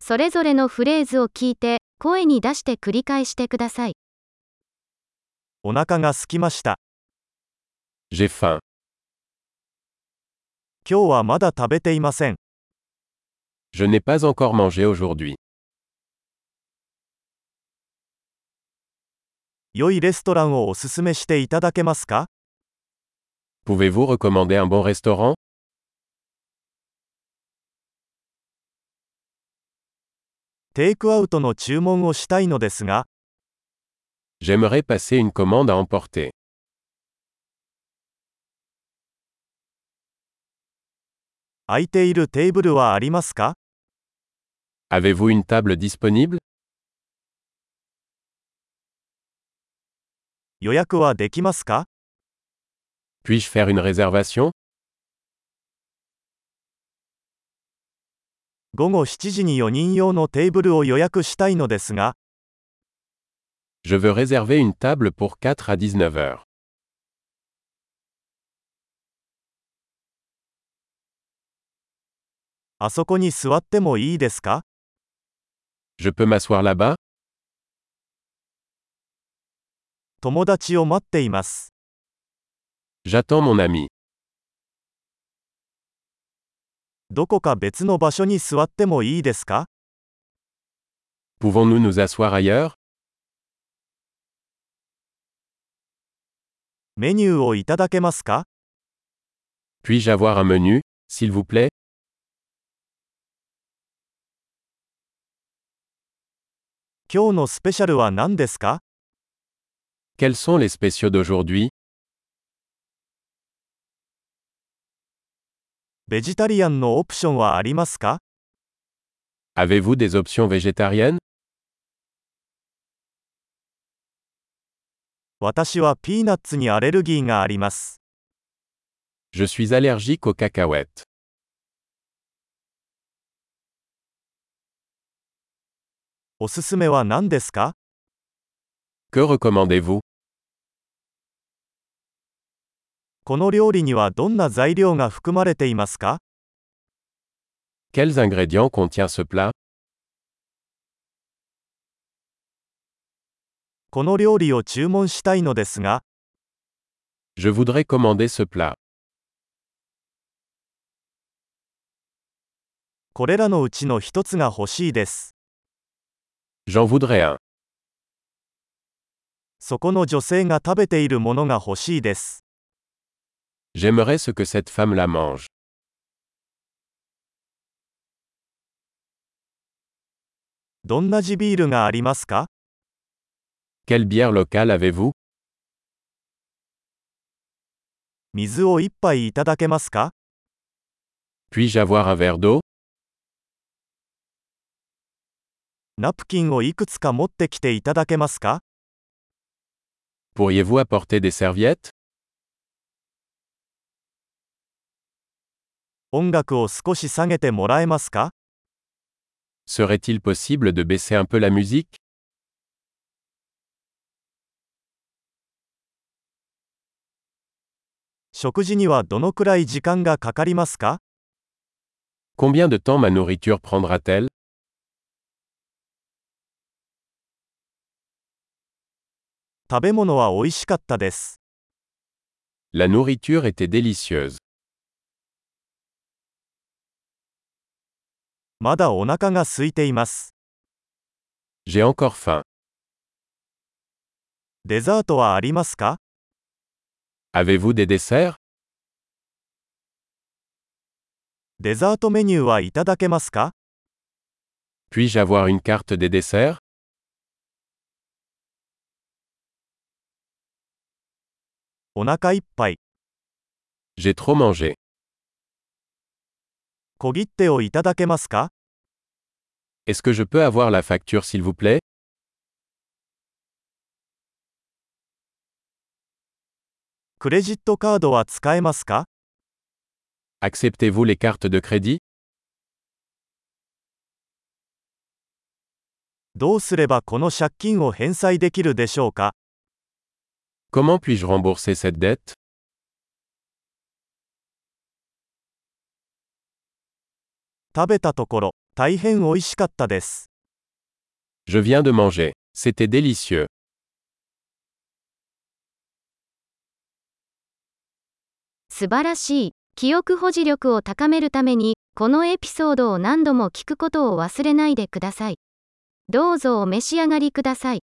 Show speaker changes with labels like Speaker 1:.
Speaker 1: それぞれのフレーズを聞いて、声に出して繰り返してください。
Speaker 2: お腹が空きました。
Speaker 3: J'ai faim.
Speaker 2: 今日はまだ食べていません。
Speaker 3: Je n'ai pas encore mangé aujourd'hui.
Speaker 2: 良いレストランをおすすめしていただけますか
Speaker 3: Pouvez-vous recommander un bon restaurant
Speaker 2: テイクアウトの注文をしたいのですが、
Speaker 3: J'aimerais passer une commande à emporter.
Speaker 2: 空いているテーブルはありますか
Speaker 3: Avez-vous une table disponible
Speaker 2: 予約はできますか
Speaker 3: Puis-je faire une réservation
Speaker 2: 午後7時に4人用のテーブルを予約したいのですが、
Speaker 3: Je veux réserver une table pour 4 à 19 heures.
Speaker 2: あそこに座ってもいいですか
Speaker 3: Je peux m'asseoir là-bas
Speaker 2: 友達を待っています。
Speaker 3: J'attends mon ami.
Speaker 2: どこか別の場所に座ってもいいですか
Speaker 3: Pouvons-nous nous asseoir ailleurs
Speaker 2: メニューをいただけますか
Speaker 3: Puis-je avoir un menu, s'il vous plaît
Speaker 2: 今日のスペシャルは何ですか
Speaker 3: Quels sont les spéciaux d'aujourd'hui
Speaker 2: ベジタリアンのオプションはありますか
Speaker 3: Avez-vous des options végétariennes
Speaker 2: 私はピーナッツにアレルギーがあります。
Speaker 3: Je suis allergique aux cacahuètes.
Speaker 2: おすすめは何ですか
Speaker 3: Que recommandez-vous
Speaker 2: この料理にはどんな材料が含まれていますか
Speaker 3: Quels ingrédients contient ce plat
Speaker 2: この料理を注文したいのですが、
Speaker 3: Je voudrais commander ce plat.
Speaker 2: これらのうちの一つが欲しいです。
Speaker 3: J'en voudrais un.
Speaker 2: そこの女性が食べているものが欲しいです。
Speaker 3: J'aimerais ce que cette femme la mange.
Speaker 2: どんな地ビールがありますか
Speaker 3: Quelle bière locale avez-vous
Speaker 2: 水を一杯いただけますか
Speaker 3: Puis-je avoir un verre d'eau
Speaker 2: ナプキンをいくつか持ってきていただけますか
Speaker 3: Pourriez-vous apporter des serviettes
Speaker 2: 音楽を少し下げてもらえますか
Speaker 3: Serait-il possible de baisser un peu la musique
Speaker 2: 食事にはどのくらい時間がかかりますか
Speaker 3: Combien de temps ma nourriture prendra-t-elle
Speaker 2: 食べ物は美味しかったです。
Speaker 3: La nourriture était délicieuse.
Speaker 2: まだお腹が空いています。
Speaker 3: J'ai encore faim.
Speaker 2: デザートはありますか
Speaker 3: Avez-vous des desserts
Speaker 2: デザートメニューはいただけますか
Speaker 3: Puis-je avoir une carte des desserts
Speaker 2: お腹いっぱい。
Speaker 3: J'ai trop mangé.
Speaker 2: 小切手をいただけますか
Speaker 3: Est-ce que je peux avoir la facture s'il vous plaît
Speaker 2: クレジットカードは使えますか
Speaker 3: Acceptez-vous les cartes de crédit
Speaker 2: どうすればこの借金を返済できるでしょうか
Speaker 3: Comment puis-je rembourser cette dette
Speaker 2: 食べたところ、大変美味しかったです。
Speaker 3: Je viens de manger. C'était délicieux.
Speaker 1: 素晴らしい。記憶保持力を高めるために、このエピソードを何度も聞くことを忘れないでください。どうぞお召し上がりください。